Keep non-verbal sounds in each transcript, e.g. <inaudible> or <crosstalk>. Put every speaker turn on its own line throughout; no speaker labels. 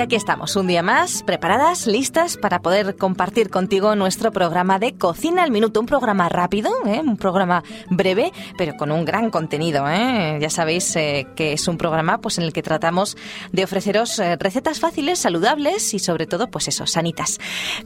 aquí estamos, un día más, preparadas, listas para poder compartir contigo nuestro programa de Cocina al Minuto. Un programa rápido, ¿eh? un programa breve, pero con un gran contenido. ¿eh? Ya sabéis eh, que es un programa pues, en el que tratamos de ofreceros eh, recetas fáciles, saludables y sobre todo, pues eso, sanitas.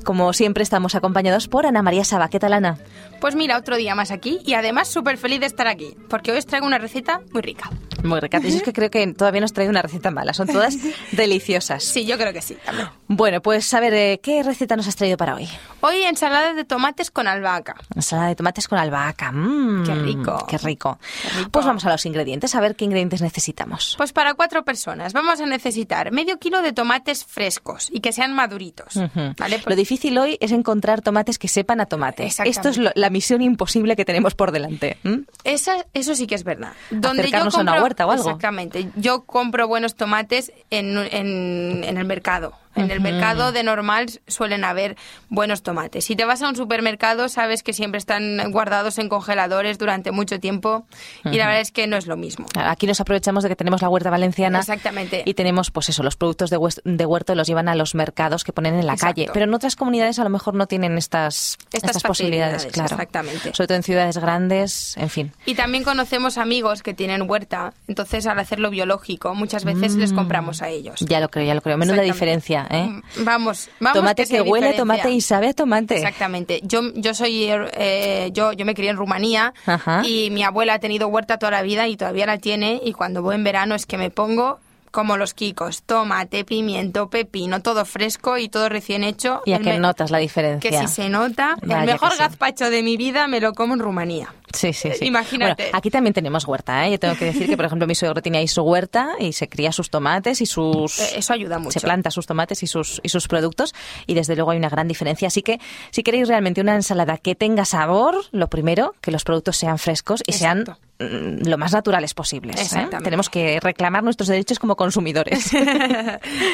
Como siempre, estamos acompañados por Ana María Saba. ¿Qué tal, Ana?
Pues mira, otro día más aquí y además súper feliz de estar aquí, porque hoy os traigo una receta muy rica.
Muy rica. Y es que creo que todavía nos trae una receta mala. Son todas <laughs> deliciosas.
Sí, yo creo que sí. También.
Bueno, pues a ver, ¿qué receta nos has traído para hoy?
Hoy ensalada de tomates con albahaca.
Ensalada de tomates con albahaca. Mm,
qué, rico.
qué rico. Qué rico. Pues vamos a los ingredientes, a ver qué ingredientes necesitamos.
Pues para cuatro personas vamos a necesitar medio kilo de tomates frescos y que sean maduritos. Uh
-huh. ¿vale? pues... Lo difícil hoy es encontrar tomates que sepan a tomate. Esto es lo, la misión imposible que tenemos por delante. ¿Mm?
Esa, eso sí que es verdad.
Donde Acercarnos yo compro... a una huerta o algo.
Exactamente. Yo compro buenos tomates en, en, en el mercado. En el mercado de normal suelen haber buenos tomates. Si te vas a un supermercado, sabes que siempre están guardados en congeladores durante mucho tiempo y uh -huh. la verdad es que no es lo mismo.
Aquí nos aprovechamos de que tenemos la huerta valenciana.
Exactamente.
Y tenemos, pues eso, los productos de, de huerto los llevan a los mercados que ponen en la Exacto. calle. Pero en otras comunidades a lo mejor no tienen estas, estas, estas posibilidades, claro.
Exactamente.
Sobre todo en ciudades grandes, en fin.
Y también conocemos amigos que tienen huerta. Entonces, al hacerlo biológico, muchas veces mm. les compramos a ellos.
Ya lo creo, ya lo creo. Menuda diferencia. ¿Eh?
Vamos, vamos.
Tomate que,
que
huele, diferencia. tomate y sabe a tomate.
Exactamente. Yo, yo soy, eh, yo, yo me crié en Rumanía Ajá. y mi abuela ha tenido huerta toda la vida y todavía la tiene y cuando voy en verano es que me pongo como los quicos, tomate, pimiento, pepino, todo fresco y todo recién hecho.
Y a que notas la diferencia.
Que si se nota, Vaya el mejor sí. gazpacho de mi vida me lo como en Rumanía.
Sí, sí, sí.
Imagínate.
Bueno, aquí también tenemos huerta, ¿eh? Yo tengo que decir que, por ejemplo, mi suegro tiene ahí su huerta y se cría sus tomates y sus...
Eh, Eso ayuda mucho.
Se planta sus tomates y sus, y sus productos y desde luego hay una gran diferencia. Así que si queréis realmente una ensalada que tenga sabor, lo primero, que los productos sean frescos y Exacto. sean mm, lo más naturales posibles. ¿eh? Tenemos que reclamar nuestros derechos como
<laughs>
consumidores.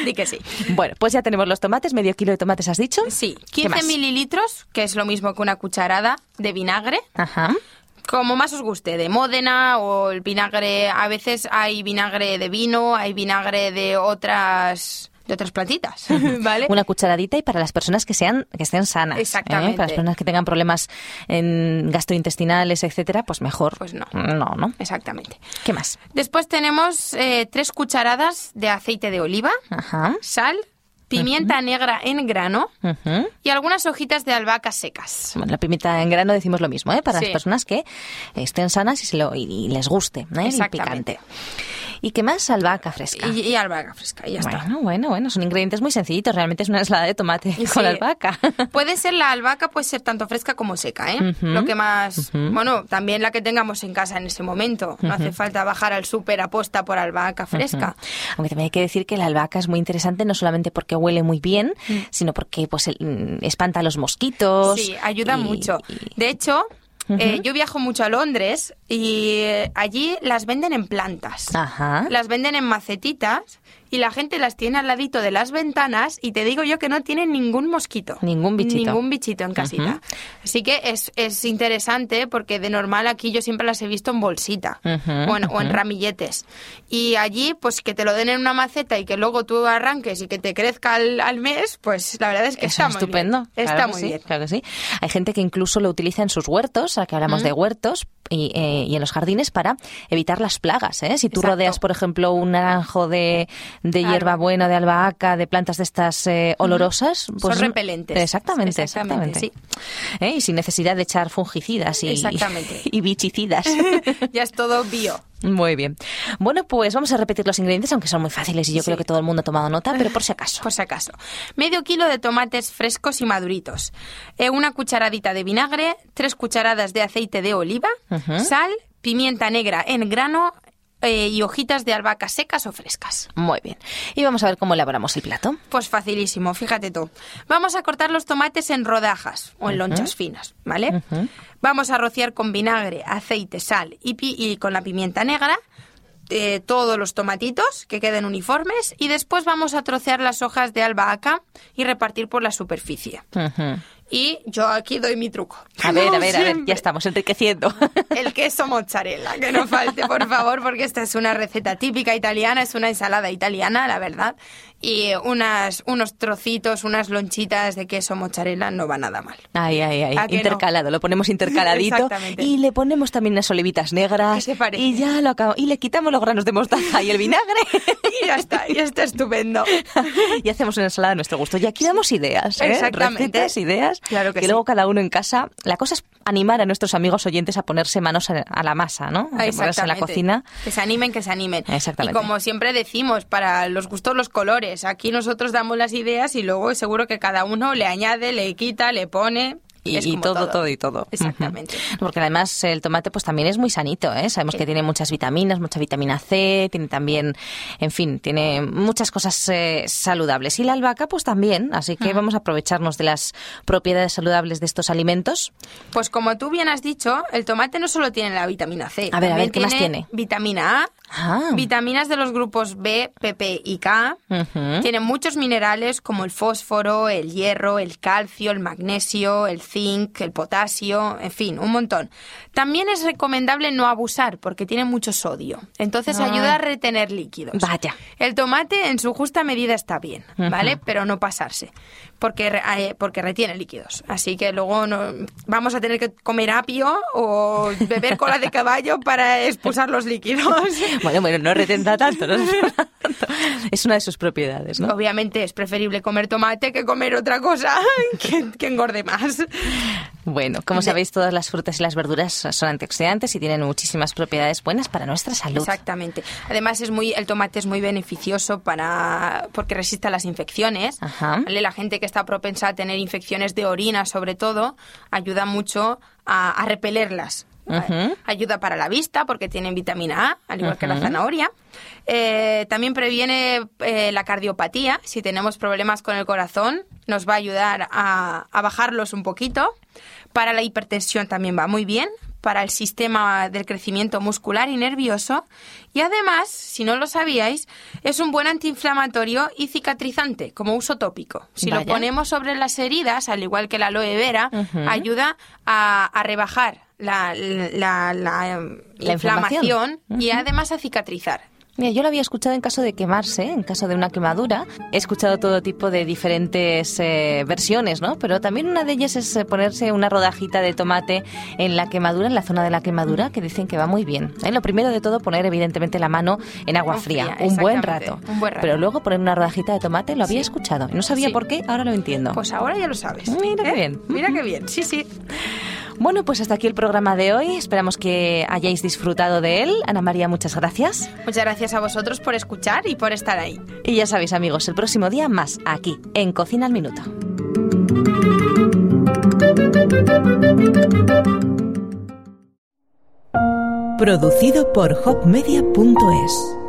Di que sí.
Bueno, pues ya tenemos los tomates, medio kilo de tomates, ¿has dicho?
Sí, 15 mililitros, que es lo mismo que una cucharada de vinagre.
Ajá
como más os guste, de Módena o el vinagre, a veces hay vinagre de vino, hay vinagre de otras de otras
<laughs>
plantitas, ¿vale?
Una cucharadita y para las personas que sean que estén sanas,
exactamente.
¿eh? Para las personas que tengan problemas en gastrointestinales, etcétera, pues mejor.
Pues no,
no, no.
Exactamente.
¿Qué más?
Después tenemos eh, tres cucharadas de aceite de oliva,
Ajá.
sal, pimienta uh -huh. negra en grano
uh -huh.
y algunas hojitas de albahaca secas.
Bueno, la pimienta en grano decimos lo mismo, ¿eh? Para sí. las personas que estén sanas y, se lo, y les guste, ¿eh? El picante. ¿Y qué más? Albahaca fresca.
Y, y albahaca fresca, y ya
bueno,
está.
Bueno, bueno, bueno, son ingredientes muy sencillitos. Realmente es una ensalada de tomate sí. con albahaca.
<laughs> Puede ser la albahaca, puede ser tanto fresca como seca, ¿eh? Uh -huh. Lo que más. Bueno, también la que tengamos en casa en ese momento. No hace falta bajar al súper aposta por albahaca fresca.
Mm. Aunque también hay que decir que la albahaca es muy interesante, no solamente porque huele muy bien,
Mm.
sino porque pues espanta a los mosquitos.
Sí, ayuda y, mucho. De hecho, Uh -huh. eh, yo viajo mucho a Londres y eh, allí las venden en plantas.
Ajá.
Las venden en macetitas y la gente las tiene al ladito de las ventanas y te digo yo que no tienen ningún mosquito.
Ningún bichito.
Ningún bichito en casita. Uh -huh. Así que es, es, interesante porque de normal aquí yo siempre las he visto en bolsita
uh -huh,
o, en, o en ramilletes. Y allí pues que te lo den en una maceta y que luego tú arranques y que te crezca al, al mes, pues la verdad es que
Eso
está
es estupendo.
Muy bien. Está
claro
muy
sí,
bien.
Claro que sí. Hay gente que incluso lo utiliza en sus huertos ahora que hablamos uh -huh. de huertos y, eh, y, en los jardines para evitar las plagas. ¿eh? Si tú Exacto. rodeas, por ejemplo, un naranjo de, de claro. hierbabuena, de albahaca, de plantas de estas eh, olorosas, pues,
son repelentes.
Exactamente, exactamente. exactamente. Sí. Y sin necesidad de echar fungicidas y,
exactamente.
<laughs> y
<laughs>
bichicidas.
ya es todo bio.
Muy bien. Bueno, pues vamos a repetir los ingredientes, aunque son muy fáciles y yo sí. creo que todo el mundo ha tomado nota, pero por si acaso.
Por si acaso. Medio kilo de tomates frescos y maduritos. Eh, una cucharadita de vinagre, tres cucharadas de aceite de oliva, uh -huh. sal, pimienta negra en grano, eh, y hojitas de albahaca secas o frescas.
Muy bien. Y vamos a ver cómo elaboramos el plato.
Pues facilísimo, fíjate tú. Vamos a cortar los tomates en rodajas o en uh -huh. lonchas finas, ¿vale?
Uh -huh.
Vamos a rociar con vinagre, aceite, sal y, pi y con la pimienta negra. Eh, todos los tomatitos que queden uniformes y después vamos a trocear las hojas de albahaca y repartir por la superficie.
Uh -huh.
Y yo aquí doy mi truco.
A ver, a ver, siempre. a ver, ya estamos enriqueciendo.
El queso mozzarella, que no falte, por favor, porque esta es una receta típica italiana, es una ensalada italiana, la verdad. y unas, unos trocitos, unas lonchitas de queso mozzarella no va nada mal.
<laughs> Ay, ay, ay.
¿A que no?
Intercalado, lo ponemos intercaladito.
Exactamente.
y le ponemos también unas olivitas negras.
¿Qué te parece?
Y ya lo acabamos. Y le quitamos los granos de mostaza y el
<laughs>
vinagre.
Y ya está, ya está estupendo.
y hacemos una ensalada a nuestro gusto. Y aquí damos ideas, ¿eh?
Exactamente.
recetas, ideas,
Claro que sí.
luego cada uno en casa. La cosa es animar a nuestros amigos oyentes a ponerse manos a- a la masa, ¿no? A ponerse en la
Exactamente.
cocina.
Que se animen, que se animen.
Exactamente.
Y como siempre decimos, para los gustos, los colores. Aquí nosotros damos las ideas y luego seguro que cada uno le añade, le quita, le pone.
Y,
es
y
como
todo, todo, y todo.
<laughs> Exactamente.
Ujú. Porque además el tomate pues también es muy sanito, ¿eh? Sabemos que tiene muchas vitaminas, mucha vitamina C, tiene también, en fin, tiene muchas cosas eh, saludables. Y la albahaca pues también, así que vamos a aprovecharnos de las propiedades saludables de estos alimentos.
Pues como tú bien has dicho, el tomate no solo tiene la vitamina C.
A ver, a
también
ver, ¿qué más tiene?
Vitamina A,
Ah.
vitaminas de los grupos B, PP y K.
Ujú.
Tiene muchos minerales como el fósforo, el hierro, el calcio, el magnesio, el zinc, el potasio, en fin, un montón. También es recomendable no abusar porque tiene mucho sodio. Entonces ayuda a retener líquidos.
Ah. Vaya.
El tomate en su justa medida está bien, ¿vale? Pero no pasarse, porque, re- eh, porque retiene líquidos. Así que luego no, vamos a tener que comer apio o beber cola de caballo para expulsar los líquidos.
<laughs> Bueno, bueno, no retenta tanto, no retenta tanto. Es una de sus propiedades, ¿no?
Obviamente es preferible comer tomate que comer otra cosa <laughs> que, que engorde más.
Bueno, como
De-
sabéis, todas las frutas y las verduras son antioxidantes y tienen muchísimas propiedades buenas para nuestra <laughs> salud.
Exactamente. Además es muy el tomate es muy beneficioso para porque resiste a las infecciones.
Ajá.
¿vale? La gente que está propensa a tener infecciones de orina, sobre todo, ayuda mucho a, a repelerlas.
Ujú.
Ayuda para la vista porque tiene vitamina A, al igual que la zanahoria. Eh, también previene eh, la cardiopatía. Si tenemos problemas con el corazón, nos va a ayudar a, a bajarlos un poquito. Para la hipertensión también va muy bien. Para el sistema del crecimiento muscular y nervioso. Y además, si no lo sabíais, es un buen antiinflamatorio y cicatrizante, como uso tópico. Si lo
Vaya.
ponemos sobre las heridas, al igual que la aloe vera,
Ujú.
ayuda a, a rebajar la, la- la- la, eh,
La inflamación.
inflamación y además a cicatrizar.
Mira, yo lo había escuchado en caso de quemarse, en caso de una quemadura. He escuchado todo tipo de diferentes eh, versiones, ¿no? Pero también una de ellas es eh, ponerse una rodajita de tomate en la quemadura, en la zona de la quemadura, que dicen que va muy bien. ¿eh? Lo primero de todo, poner evidentemente la mano en agua
Agua
fría,
fría,
un, buen
exactamente,
rato.
un buen rato.
Pero luego poner una rodajita de tomate, lo había
Sí.
escuchado. No sabía
Sí.
por qué, ahora lo entiendo.
Pues ahora ya lo sabes. ¿Eh?
Mira qué bien.
Mira qué bien, sí, sí.
Bueno, pues hasta aquí el programa de hoy. Esperamos que hayáis disfrutado de él. Ana María, muchas gracias.
Muchas gracias a vosotros por escuchar y por estar ahí.
Y ya sabéis, amigos, el próximo día más aquí, en Cocina al Minuto.
Producido por hopmedia.es